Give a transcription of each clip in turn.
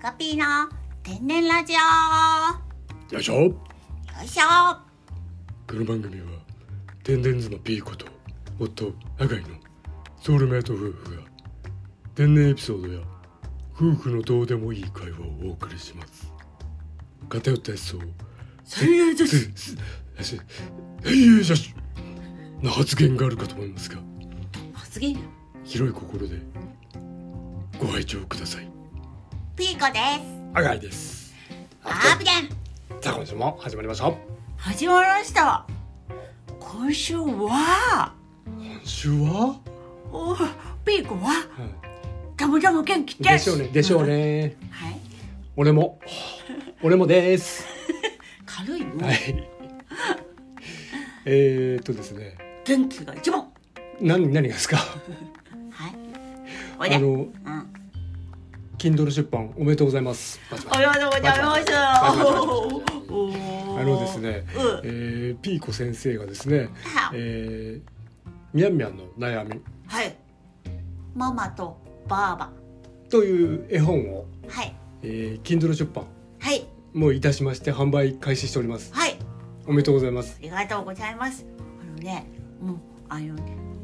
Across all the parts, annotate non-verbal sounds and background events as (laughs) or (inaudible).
カピーの天然ラジオよよいしょいしょこの番組は天然妻ピーコと夫赤井のソウルメイト夫婦が天然エピソードや夫婦のどうでもいい会話をお送りします偏った思想最愛女つつつ勇者な発言があるかと思いますが発言量広い心でご拝聴くださいピーコです赤井ですアープデンさあ今週も始まりました始まりました今週は今週は、おピーコはたむたむ元気ででしすょうねでしょうねはい俺も俺もです軽いの、はい。えー、っとですね。元気が一番何何がですか。はいおあいでのうん、 Kindle 出版おめでとうございます。パチパおチめでとうございますパチパチパチパチパチパチパチパチおーあのですねうん、えー、ピーコ先生がですね、はえー、ミャンミャンの悩みはいママとバーバという絵本を、はいえー、Kindle 出版はいもういたしまして販売開始しております。はいおめでとうございます。ありがとうございます。あのね、もうあの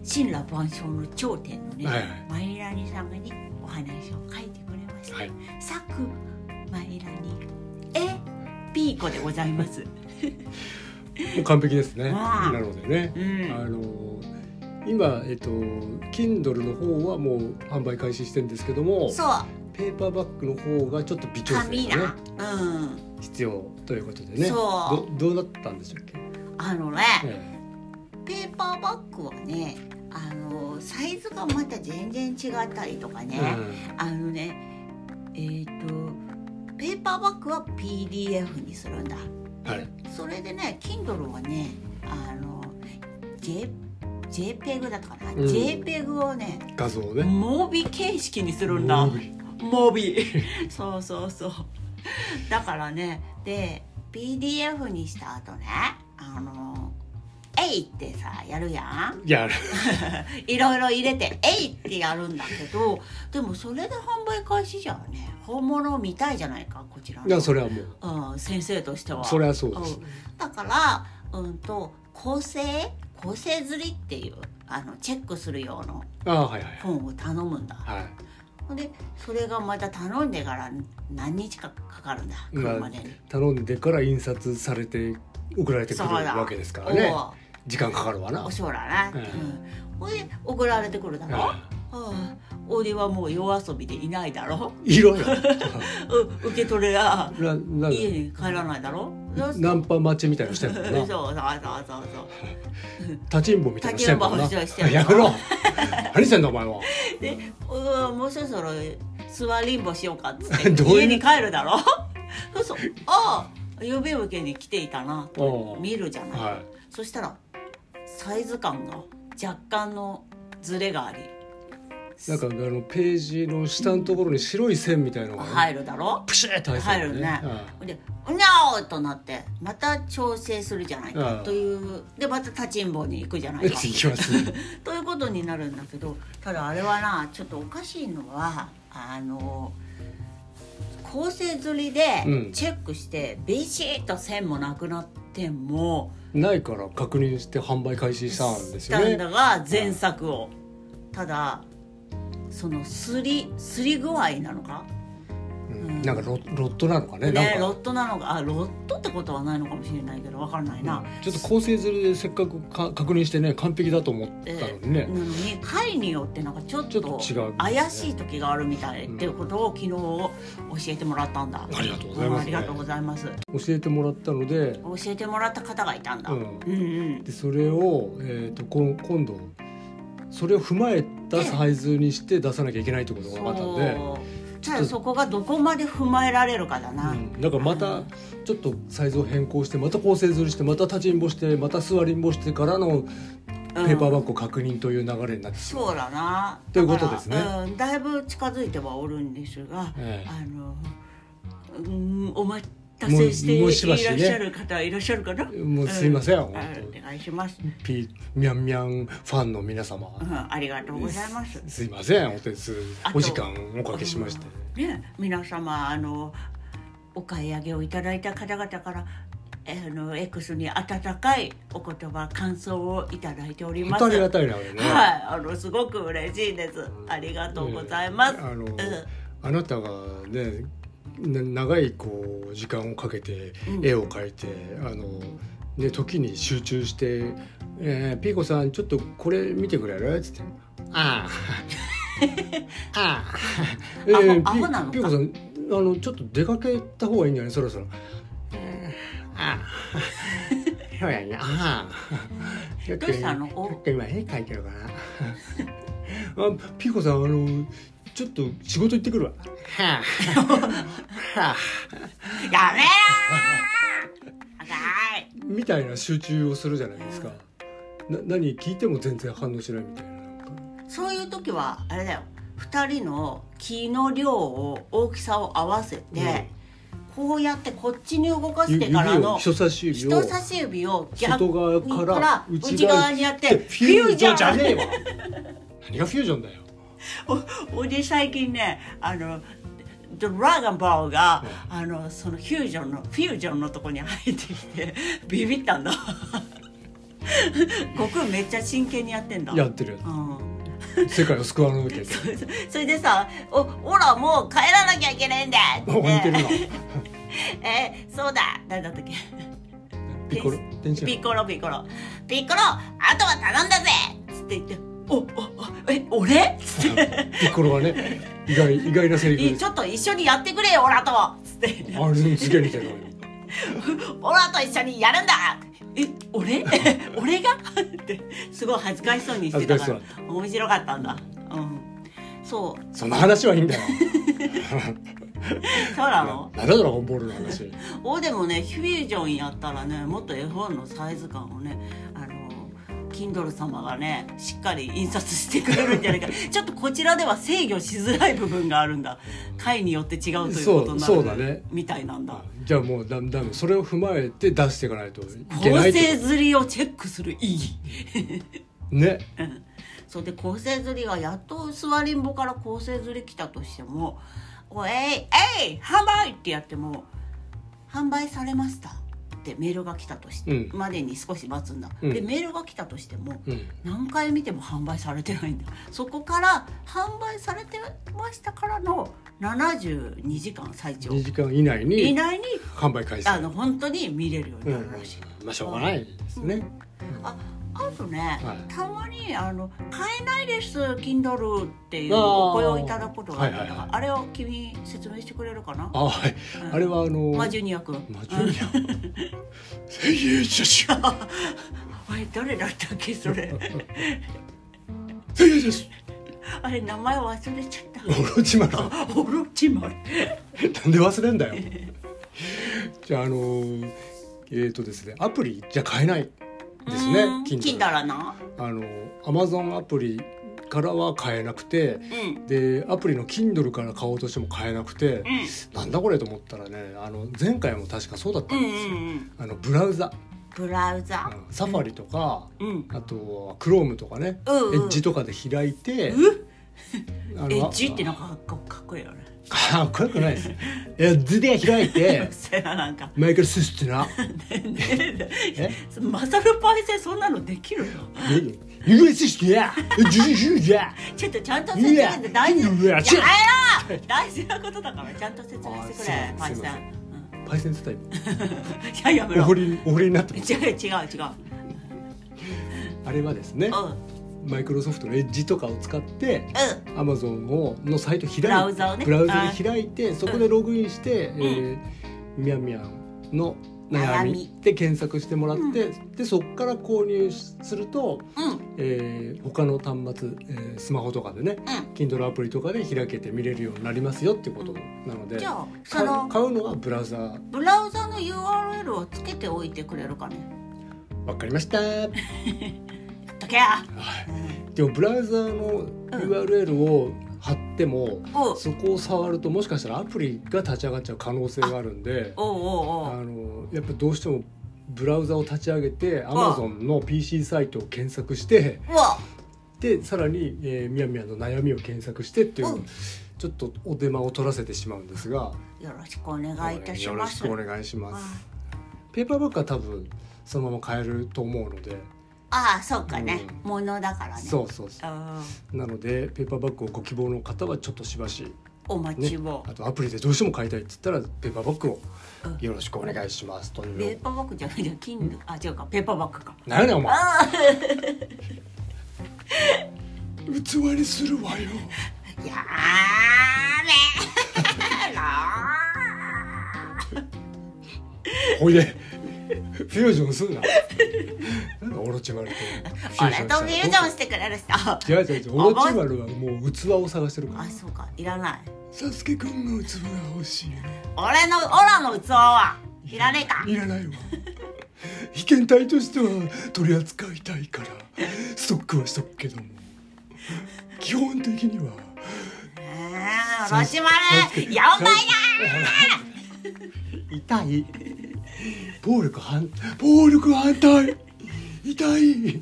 神羅万象の頂点のね、はいはいマイラニさんがねお話を書いてくれました。はい。作マイラニえピーコでござい (laughs) ます。もう完璧ですね。うんなるほどね。うん。あの今えっと Kindle の方はもう販売開始してるんですけども、そうペーパーバッグの方がちょっと微調整紙がねな。うん。必要ということでねそどどうなったんでしたっけ、あのね、えペーパーバッグはね、あのサイズがまた全然違ったりとかえね。あのね、えっ、とペーパーバッグは PDF にするんだ。うんはいそれでね Kindle はねあの、J、JPEG だったかな、ん JPEG をね画像をねモービー形式にするんだもういモービー (laughs) そうそうそうだからねで PDF にした後ねあの「えい!」ってさやるやんやるいろいろ入れて「えい!」ってやるんだけどでもそれで販売開始じゃんね本物を見たいじゃないかこちらいやの、それはもううん、先生としてはそれはそうです、だから、うんと、構成、構成釣りっていう、あの、チェックする用のああはいはい本を頼むんだ。はいで、それがまた頼んでから何日かかかるんだ、ま車あでに。頼んでから印刷されて送られてくるそうだわけですからねお時間かかるわなお、おしょらね。ううん。んほいで、送られてくるだろ。ああ、俺はもう夜遊びでいないだろ。うんいろいろうん受け取れや、ななん家に帰らないだろ。よしナンパ待ちみたいなのしてるもんそうなそうそうそうそう。立ちんぼみたいなのしてるもんな立ちんぼしてるやめろ (laughs) 何してんだお前はで「うわもうそろそろ座りんぼしようか」っつってどういう家に帰るだろ (laughs) そうそう「ああ郵便受けに来ていたな」とうん見るじゃない、はそしたらサイズ感が若干のズレがありいなんかあのページの下のところに白い線みたいなのがね、入るだろプシュッと入って入るねで「うにゃお!」となってまた調整するじゃないかうんというでまた立ちんぼに行くじゃなうんいいかきますね (laughs) ということになるんだけどただあれはなちょっとおかしいのはあの構成釣りでうんチェックして、ビシッと線もなくなってもないから確認して販売開始したんですよしたんねだが前作を、ただそのすりすり具合なのかうんなんかロロットなのかねねなロんッかトなのかあロットってことはないのかもしれないけど分かんないな、ちょっと構成ずれでせっかくか確認してね完璧だと思ったのにね、なのに回によってなんかちょっちょっとと違うんですね怪しい時があるみたいっていうことを昨日教えてもらったんだ、ありがとうございますんありがとうございます教えてもらったので教えてもらった方がいたんだ、ううんん、うんでそれを、えー、とこん今度それを踏まえたサイズにして出さなきゃいけないってことが分かったんでそうただそこがどこまで踏まえられるかだな、うん、だからまたちょっとサイズを変更してまた構成ずりしてまた立ちんぼしてまた座りんぼしてからのペーパーバッグを確認という流れになって、そうだなということですねだからうん、だいぶ近づいてはおるんですが、ええあの、うん、お待たせしてもうもうしばしいねらっしゃる方いらっしゃるかなもうすいませんう本当にお願いしますピーミャンミャンファンの皆様うん、ありがとうございます。すいませんお手数あとお時間おかけしまして、ね皆様あのお買い上げをいただいた方々からえあの X に温かいお言葉感想をいただいております本当ありがたいなあれね、はい、あのすごく嬉しいです。ありがとうございます。ねあうのんあなたがねね長いこう時間をかけてうん絵を描いて、あのね時に集中して、えーピーコさんちょっとこれ見てくれる?」っつって「あ (laughs) あああ」えーアホアホなのかピピーコさんあのちょっと出かけた方がいいんじゃないそろそろ」えーああそうやねああどうしたのちょっと今絵描いてるかなあピーコさんあのちょっと仕事行ってくるわ。はあ、はあ、やめろー。はい。みたいな集中をするじゃないですか。な何聞いても全然反応しないみたいななんか。そういう時はあれだよ。二人の気の量を大きさを合わせて、こうやってこっちに動かしゆて指からをの人差し指を人差し指を逆外側から内側にやってフュージョンじゃねえフュージョンわ。何がフュージョンだよ。おで最近ねあのドラゴンボールが、あのそのフュージョンのフュージョンのとこに入ってきてビビったん (laughs) だ悟空めっちゃ真剣にやってんだやってるやうん、つ。世界を救わなきゃいけない。それでさ「おオラもう帰らなきゃいけないんだ」ってもう似てるな。 (laughs) えそうだ誰だったっけピコロ電子ピコロピコロピコロあとは頼んだぜつって言って「おおおえ俺?」つってピコロはね意外意外なセリいフでちす。ょっと一緒にやってくれよオラと」つってあれすげえ似てるわよ。オラと一緒にやるんだえ俺 (laughs) 俺がってすごい恥ずかしそうにしてたから恥ず面白かったんだうんそうその話はいいんだよ。そうなのなんだドラゴンボールの話。おでもねフュージョンやったらねもっと絵本のサイズ感をねあの Kindle 様がねしっかり印刷してくれるんじゃない (laughs) かちょっとこちらでは制御しづらい部分があるんだ回によって違うということになるそうそうだねみたいなんだじゃあもうだだめそれを踏まえて出していかないといけな構いって成刷りをチェックする意義ねうんそれで構成釣りがやっと座りんぼから構成釣り来たとしても「おいえいえい販売!」ってやっても「販売されました」ってメールが来たとして、うんまでに少し待つんだ、うんでメールが来たとしてもうん何回見ても販売されてないんだそこから販売されてましたからの72時間最長2時間以内以に内に販売開始あの本当に見れるよううにんなるらしい。まあしょうがないですねああとね、はいたまにあの「買えないです Kindle」っていうあーお声をいただくことがあるんだはいはいはいあれを君説明してくれるかなあはいうんあれはあのマジュニア君マジュニア声優写真 (laughs) あれ誰だったっけそ (laughs) れ声優写 (laughs) 真あれ名前忘れちゃっオロチマルなんたオロチマルで忘れんだよじゃああのえっとですねアプリじゃ買えないですねうん Kindle Kindle なあの Amazon アプリからは買えなくてうんでアプリの Kindle から買おうとしても買えなくて、なんだこれと思ったらねあの前回も確かそうだったうんんうですよ、んうんあのブラウザ、ブラウザうんサファリとか、うんあとは Chrome とかね、うんうんエッジとかで開いて、あのエッジってなんかかかっこいいよね (laughs) かっこよくないですエッジで開いてせやなん (laughs) かマイケル・ススってなえ (laughs) マサルパイセンそんなのできるのイグレスしてやジュジュジュジュちょっとちゃんと説明して大事うわうわやめろ大事なことだからちゃんと説明してくれあパすイいませんすいセンませんパイセンスタイうんいややめプろお堀違りお堀りになってうます違う違うあれはですねうんうんマイクロソフトのエッジとかを使ってアマゾンをのサイト開いてブラウザをねブラウザで開いてそこでログインして、えーみやみやんの悩悩みみで検索してもらって、でそこから購入しすると、うんえー他の端末、えースマホとかでね、Kindle アプリとかで開けて見れるようになりますよってことなので、じゃあ買そうの買うのはブラウザブラウザの URL をつけておいてくれるかねわかりました、はい、やっとけやでもブラウザの URL を貼っても、おうそこを触るともしかしたらアプリが立ち上がっちゃう可能性があるんでおうおうあおうのやっぱどうしてもブラウザを立ち上げて Amazon の PC サイトを検索してうわでさらに、えー、みやみやの悩みを検索してっていう、うんちょっとお手間を取らせてしまうんですがよろしくお願いいたしよろましすくお願いします、あペーパーバッグは多分そのまま買えると思うので、ああそうかね、うんものだからねそうそうそあうなのでペーパーバッグをご希望の方はちょっとしばし、ーお待ねちを、、あとアプリでどうしても買いたいって言ったらペーパーバッグをよろしくお願いしますというペよーパーバッグじゃないじゃん金あ違うかペーパーバッグかうなんやねんお前あ器にするわよあや (laughs) ーれなーほいでフュージョンすんななんだオロチマルと俺とミュージョンしてく (laughs) れる人あ違う違う違うオロチマルはもう器を探してるからそうかいらないサスケくんの器が欲しい俺のオラの器はいらねえかいらないわ被験体としては取り扱いたいからストックはしとくけども基本的にはえーおろしまる4倍痛い暴力反暴力反対痛い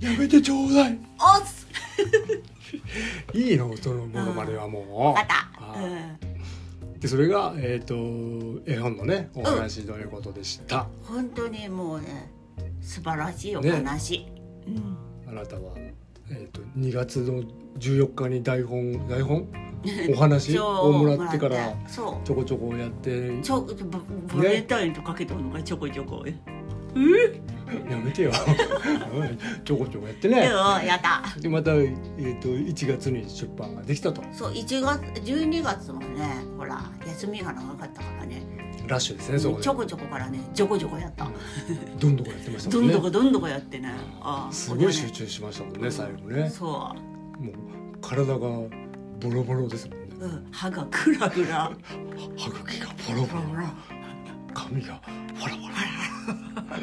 やめてちょうだいだおすいいのそのモノマネはもうまたはいでそれがえっ、と絵本のねお話ということでした、本当にもうね素晴らしいお話、あなたは、えー、と2月の14日に台本 (laughs) 台本お話をもらってからそちょこちょこやってうちょババレンタインとかけたのがちょこちょこやめてよ (laughs) うんちょこちょこやってえねうんやったでまた、えー、と1月に出版ができたとそう1月12月もねほら休みが長かったからねラッシュですねそこでちょこちょこからねちょこちょこやった、どんどこやってましたどもんんねどこどんどこやってねああすごいそう集だ中しましたもんね最後ねねそうもう体がボロボロですもんねうん、歯がグラグラ歯茎がボロボロほら髪がほらほら (laughs)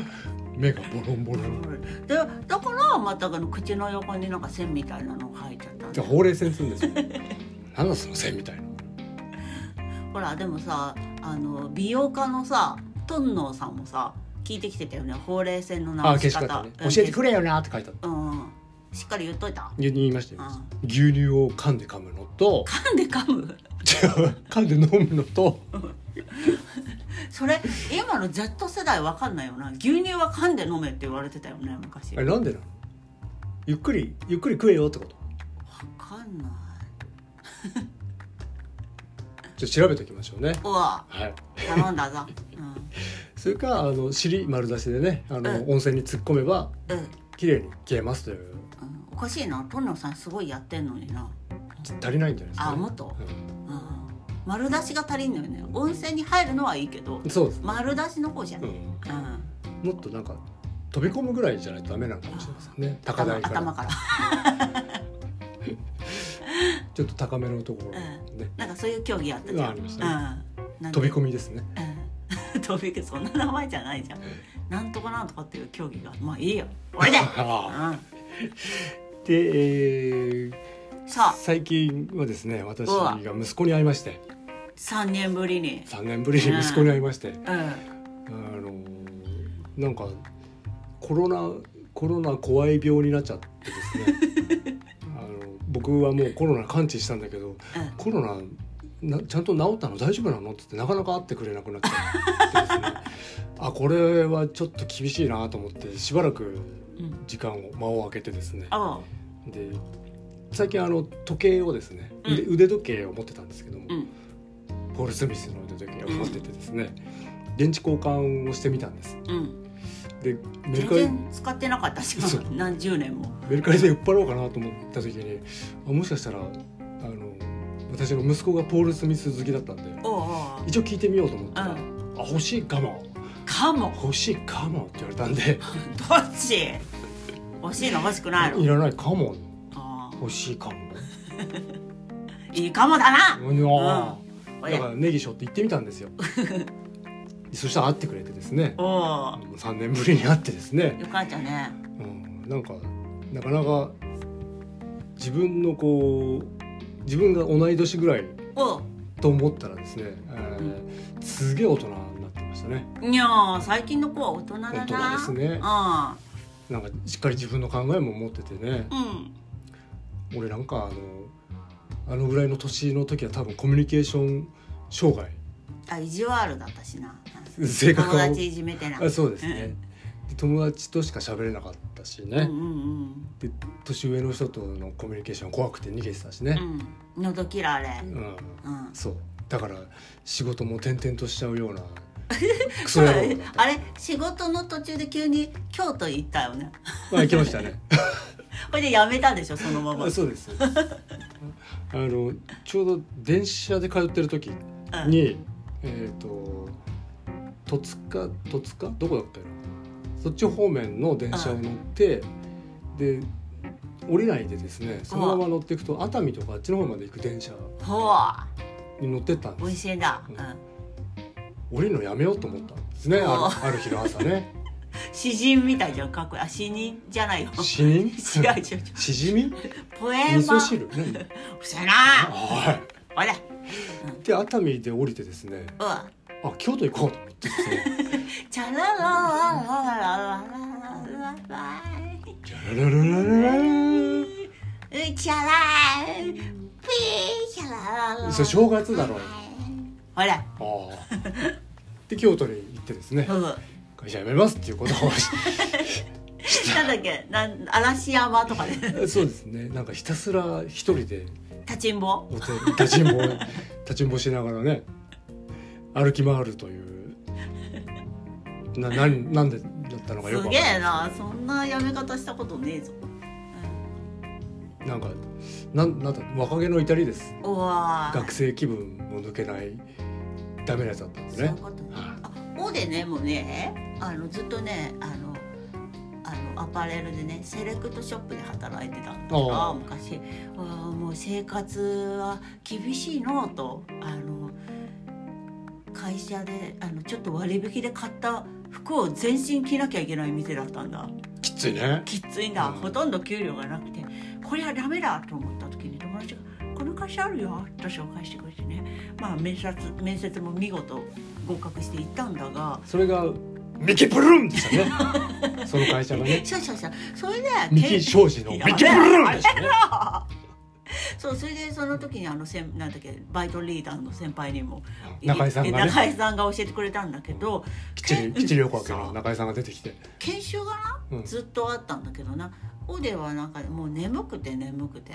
目がボロンボロンでだからまたあの口の横になんか線みたいなのが入っちゃったんだじゃあほうれい線する (laughs) んですよなんだその線みたいなほらでもさあの美容家のさトンノーさんもさ聞いてきてたよねほうれい線のあ直消しし方方ねうん教えてくれよなって書いてあったうんしっかり言っといた言いましたよ牛乳を噛んで噛むのと噛んで噛む違う噛んで飲むのと (laughs) それ今の Z 世代わかんないよな牛乳は噛んで飲めって言われてたよね昔あわれなんでなのゆっくりゆっくり食えよってことかんないじゃあ調べておきましょうねうわはい頼んだぞうそれかあの尻丸出しでねあの、う温泉に突っ込めばんうん綺麗に消えますといううんおかしいなトンノーさんすごいやってんのにな足りないんじゃないですか、あもっとううん丸出しが足りんのよね温泉に入るのはいいけどんそうです、丸出しの方じゃうない、んうんもっとなんか飛び込むぐらいじゃないとダメなのかもしれませんね高頭台から頭からちょっと高めのところで、なんかそういう競技やったじゃんありましたうんなんか飛び込みですねうん (laughs) 飛び込みそんな名前じゃないじゃんなんとかなんとかっていう競技がまあいいよ (laughs) 俺で、うん、で、えーさあ最近はですね私うわが息子に会いまして3年ぶりに、 3年ぶりに息子に会いまして、うん、あのーなんかコロナコロナ怖い病になっちゃってです (laughs) ねあの僕はもうコロナ完治したんだけどコロナなちゃんと治ったの大丈夫なのって言ってなかなか会ってくれなくなっちゃってですね (laughs) あこれはちょっと厳しいなと思ってしばらくうんうん時間を間を空けてですねあで最近あの時計をですね、うん腕腕時計を持ってたんですけども、うんポール・スミスの腕時計を持っててですね、電池交換をしてみたんですうんでメ全ルカリ然使ってなかったしそう何十年もメルカリで売っ払おうかなと思った時にあもしかしたらあの私の息子がポール・スミス好きだったんでおうおう一応聞いてみようと思ったら「うあ欲しいかもかも欲しいかも」って言われたんでどっち欲しいの欲しく「ないのいらないかもあ欲しいかも」あいいかもだなうんおだいからネギショって行ってみたんですよ (laughs) そしたら会ってくれてですねおお3年ぶりに会ってですねよかったねうんなんかなかなか自分のこう自分が同い年ぐらいおうと思ったらですね、えーすげえ大人になってましたねいやー最近の子は大人だな大人ですねあなんかしっかり自分の考えも持っててねあうん俺なんかあのあのぐらいの年の時は多分コミュニケーション障害あ意地悪だったしな性格を友達いじめてなあそうですね、で友達としか喋れなかったしうんうね、んうんで年上の人とのコミュニケーション怖くて逃げてたしうね、ん喉キラーあれうんうんそうだから仕事も転々としちゃう (laughs) ようなクそソう野だ郎ねだったあれ仕事の途中で急に京都行ったよねまあ行きましたねこれでやめたでしょそのままあそうですそうですあのちょうど電車で通ってる時に、えっ、と戸塚戸塚どこだったよそっち方面の電車を乗って、で降りないでですねそのまま乗っていくと熱海とかあっちの方まで行く電車うんほあに乗ってったん美で味すしいな、ううんん、降りるのやめようと思ったんですねおあるある日の朝ね詩人みたいじゃんかっこいいあ詩人じゃないよ死違う違人う違うしじみポエマ味噌汁何 (laughs) うせえなはほらいで熱海で降りてですねうんあ京都行こうと思ってですねチャラララララララララチャララララララーうチャラーピーチャラララそれ正月だろうほらああで京都に行ってですねうん会社辞めますっていうことをし (laughs) なんだっけなん嵐山とかでそうですねなんかひたすら一人で立ちんぼお手立ちん (laughs) ぼ立ちんぼしながらね歩き回るというななんなんでだったのかよくすわげかんえないなそんなやめ方したことねえぞなんかなんなんだ若気の至りですうわー学生気分も抜けないダメなやつだったんですそういうねことねはあおでねもうねあのずっとねあのあのアパレルでねセレクトショップで働いてたんだけあどあ昔わあもう生活は厳しいのとあの会社であのちょっと割引で買った服を全身着なきゃいけない店だったんだいきついねきついんだ、うんほとんど給料がなくてこれはダメだと思った時に友達が「この会社あるよ」と紹介してくれてねまあ面接面接も見事合格していったんだがそれがミキプルンでし (laughs) たねその会社がねそうそうそうそれでミけキん商事のミいキやブルーンあでしたね。そうそれでその時にあの先なんだっけバイトリーダーの先輩にも中井さんがね中井さんが教えてくれたんだけどきっちりきっちりよくわけの中井さんが出てきて、研修がなうん、ずっとあったんだけどなオデはなんかもう眠くて眠くて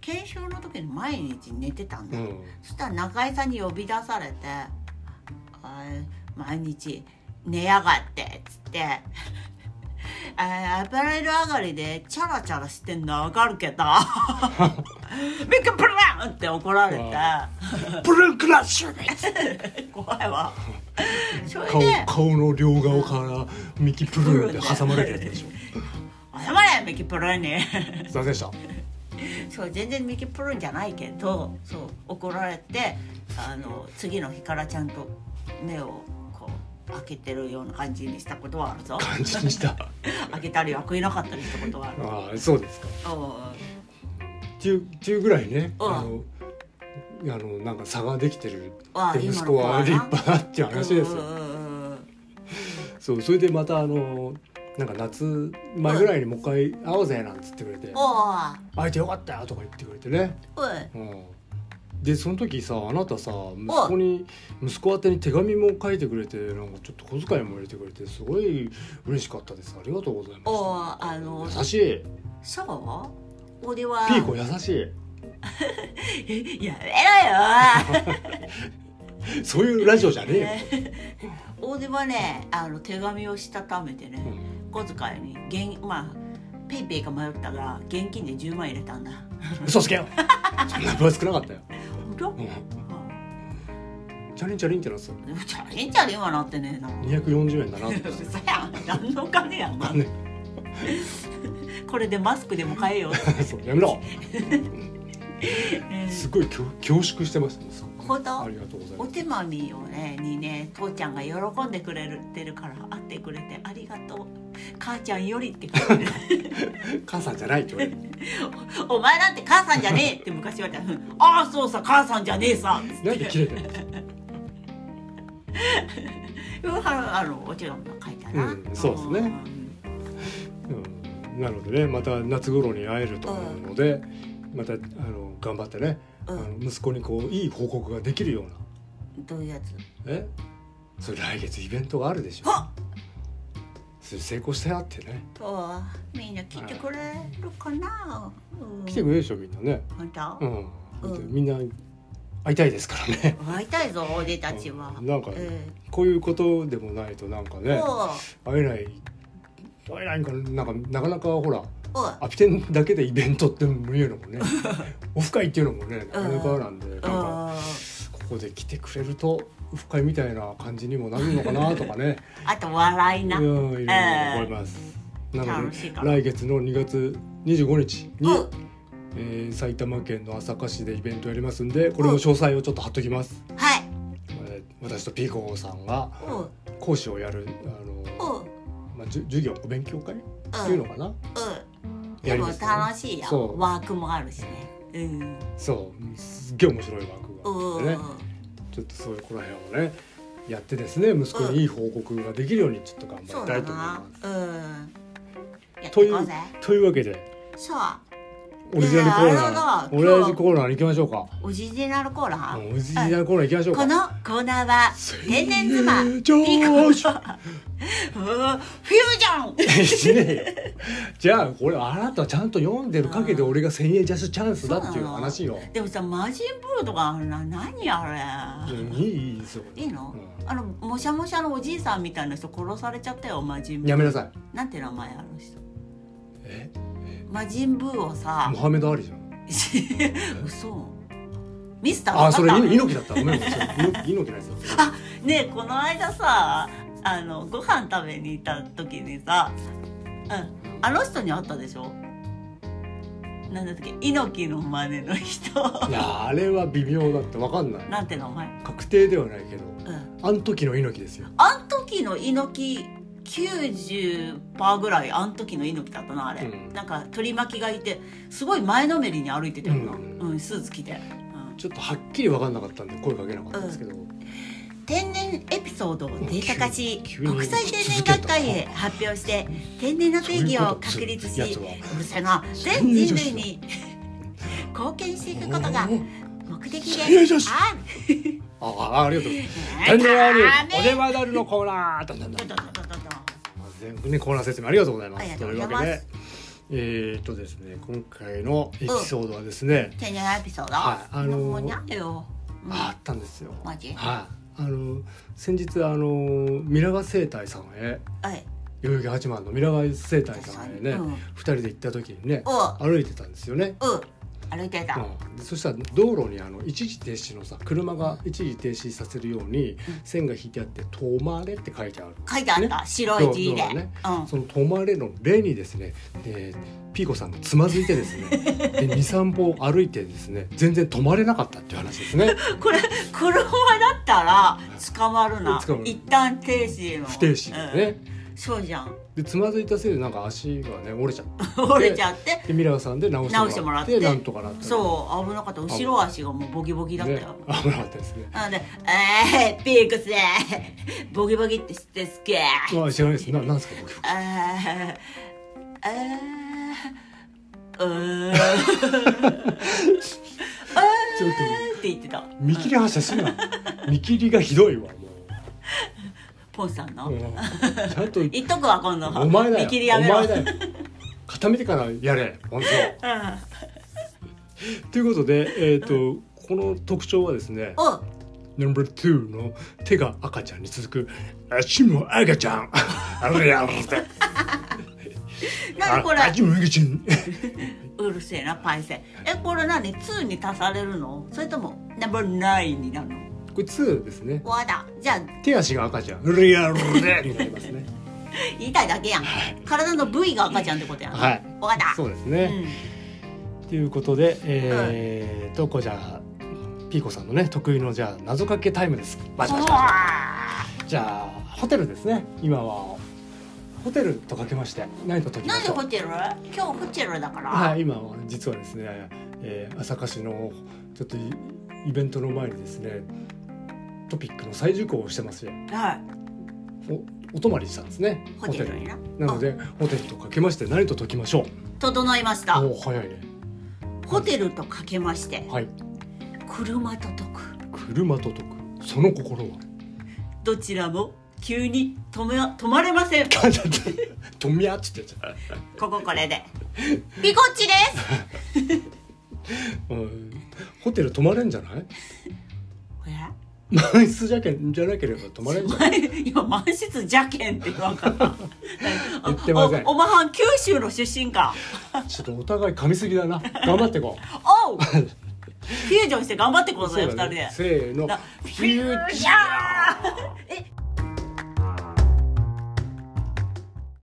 研修の時に毎日寝てたんうだ、ん、そしたら中井さんに呼び出されて「あい毎日寝やがって」っつって (laughs) 「あアパレル上がりでチャラチャラしてんのはわかるけど (laughs) ビッグプラン!」って (laughs) 怒られうてブルークラッシュです怖いわそれ顔で顔の両顔からミキプルーンで挟まれるやつでしょ。 「謝れミキプルンに」 (laughs) すいませんでした。そう全然ミキプルンじゃないけどそう怒られてあの次の日からちゃんと目をこう開けてるような感じにしたことはあるぞ。感じに (laughs) した。あげたりは食えなかったりしたことはある。ああそうですか。うっていうっていうぐらいね、うんあのあのなんか差ができてるわあで今の息子は立子はな派だっていう話ですんうよ。んうんうんそうそれでまたあのなんか夏前ぐらいにもう一回会おうぜなんつってくれて、おー会えてよかったよとか言ってくれてね。おいうんでその時さあなたさ息子に息子宛てに手紙も書いてくれてなんかちょっと小遣いも入れてくれてすごい嬉しかったですありがとうございまおしーあのた優しいそう俺はピーコ優しやめろよいそういうラジオじゃねえよ、オーディはねあの手紙をしたためてね、小遣いに現まあペイペイか迷ったが現金で10万入れたんだうん、嘘つけよそんな分厚くなかったよ、本当、ううんん、チャリンチャリンってなってたでもチャリンチャリンはなってねえだろ240円だなって嘘やん何のお金やんあねこれでマスクでも買えよそうやめうろんすごい恐恐縮してますほんとありがとうございおます手紙をねにね父ちゃんが喜んでくれるてるから会ってくれてありがとう母ちゃんよりって書いてる (laughs) 母さんじゃないって言われるお前なんて母さんじゃねえって昔言われたうんああそうさ母さんじゃねえさつってなんで切れてるんですかうんあのお手紙が書いたな、うんそうですねんうんなのでねまた夏頃に会えると思うので、またあの頑張ってね、うあんの息子にこういい報告ができるようなどういうやつえそれ来月イベントがあるでしょはそれ成功したよってねああみんな来てくれるかな、うん、来てくれるでしょみんなね本当、うん、うんみんな会いたいですからね (laughs) 会いたいぞ俺たちは、うんなんかえこういうことでもないとなんかえねおう会えない会えないんかななんかなかなかほらおうアピテンだけでイベントって無理や (laughs) のもねオフ会っていうのもねなかなかなんでなんかあここで来てくれるとオフ会みたいな感じにもなるのかなとかねあと笑いうんないろいろ思います。なの楽でしいかな来月の2月25日に、うんえー埼玉県の朝霞市でイベントやりますんでこれの詳細をちょっと貼っときます。はいえー私とピーコさんがおう講師をやるあおの、うまあ、じゅ授業お勉強会ってういんうのかなうんやでりもますね楽しいよそうワークもあるしねうんそうすっげえ面白いワークがあうっん、てねちょっとそういうこの辺をねやってですね息子にいい報告ができるようにちょっと頑張そりうただいと思いまなうんやっとていうこうぜす。というわけでそうオリジナルコーいやナーーオリジナルコーナーに行きましょうか。オリジナルコーナうんーオリジナルコーナー行きましょうこか。のコーナーは天然妻成長ピーコがうんフュージョンしねえよじゃあこれあなたはちゃんと読んでる陰で俺が千円ジャスチャンスだっていう話よ。でもさマジンブーとかあんな何あいれやいいいいですよ。いいの、うあのもしゃもしゃのおじいさんみたいな人殺されちゃったよマジンブーやめなさい。なんて名前あの人えマジンブーをさモハメドアリじゃん。 (laughs) 嘘ミスターあそれわかった猪木だった。ごめんごめん。それ猪木猪木のやつだった。ねえこの間さあのご飯食べに行った時にさ、うん、あの人に会ったでしょなんだっけ猪木の真似の人 (laughs) いやあれは微妙だってわかんない。なんて名前、確定ではないけど、うん、あん時の猪木ですよ。あん時の猪木90%ぐらいあん時の猪木だったなあれ、うんなんか取り巻きがいてすごい前のめりに歩いてたよな、ううんんスーツ着て、うんちょっとはっきりわかんなかったんで声かけなかったんですけど、天然エピソードをデータ化し急に国際天然学会へ発表して天然の定義を確立そういうしことやつうるさいな全人類に貢献していくことが目的おーよでしよしあああありがとうございます。ダ天然アリメおでまだるのコーナーだだだどどどどど全部ねコーナー説明ありがとうございまありす。がととういうござわいけま、ですえーっとですね今回のエピソードはですね、天然エピソード、はいあのーもうにゃんよ、うんあったんですよ。はい。マジあの先日あのミラガ生態さんへはい代々木八幡のミラガ生態さんへねうん二人で行った時にねおう歩いてたんですよね。うん歩いてた、うんでそしたら道路にあの一時停止のさ車が一時停止させるように線が引いてあって「止まれ」って書いてある書いてあった、白い字どうで、どうねうんその「止まれ」の「例にですね、えーピーコさんがつまずいてですね (laughs) で23歩歩いてですね全然止まれなかったっていう話です (laughs) ねこれ車だったら捕まるな捕まる一旦停止の不定止ですね。うんそうじゃん (laughs) でつまずいたせいでなんか足がね折れちゃって折れちゃってでミラーさんで直してもらって直してもらってなんとかなったそう危なかった後ろ足がもうボキボキだったねよ、危なかったですねなので「えー、ピークスボキボキって知ってっすけーまあ知らないですななんですか僕あーあーうーんあちょっとーって言ってた見切り発車するな見切りがひどいわもポンさんの、う、うん、ちゃんと言っとくわ今度お前だ見切りやよおめろ前だよ固めてからやれ本当うんということでえっ、とこの特徴はですねおうナンバー2の手が赤ちゃんに続く足も赤ちゃんあれあれ何これあ足も赤ちゃんうるせえなパイセンえこれ何2に足されるのそれともナンバー9になるのこれ2ですねわだじゃあ手足が赤ちゃんリアルでになりますね言いたいだけやん、体の部位が赤ちゃんってことやん、はいわかったそうですね、ということでえー、とこうじゃあピーコさんのね得意のじゃあ謎かけタイムですバチうんバうチバチバチわじゃあホテルですね今はホテルとかけまして何と解きーまなんしでょうホテル今日ホテルだから、はい今は実はですね、えー、朝霞市のちょっとイイベントの前にですねトピックの再受講をしてますよはいおお泊まりしたんですねホテルになホテルなのでホテルとかけまして何と解きましょう整いましたおー早いねホテルとかけましてはい車と解く車と解くその心は (laughs) どちらも急に止め止まれませんあだってとみゃっつってやつこここれでピコッチですうんホテル泊まれんじゃない (laughs) おや満室じゃけんじゃなければ泊まれんじゃない今満室じゃけんって言わんかった言ってませんおおまはん九州の出身かちょっとお互い噛みすぎだな頑張ってこ (laughs) うおうフュージョンして頑張ってこうぜ、そう二だ人ねでせーのだフューチャー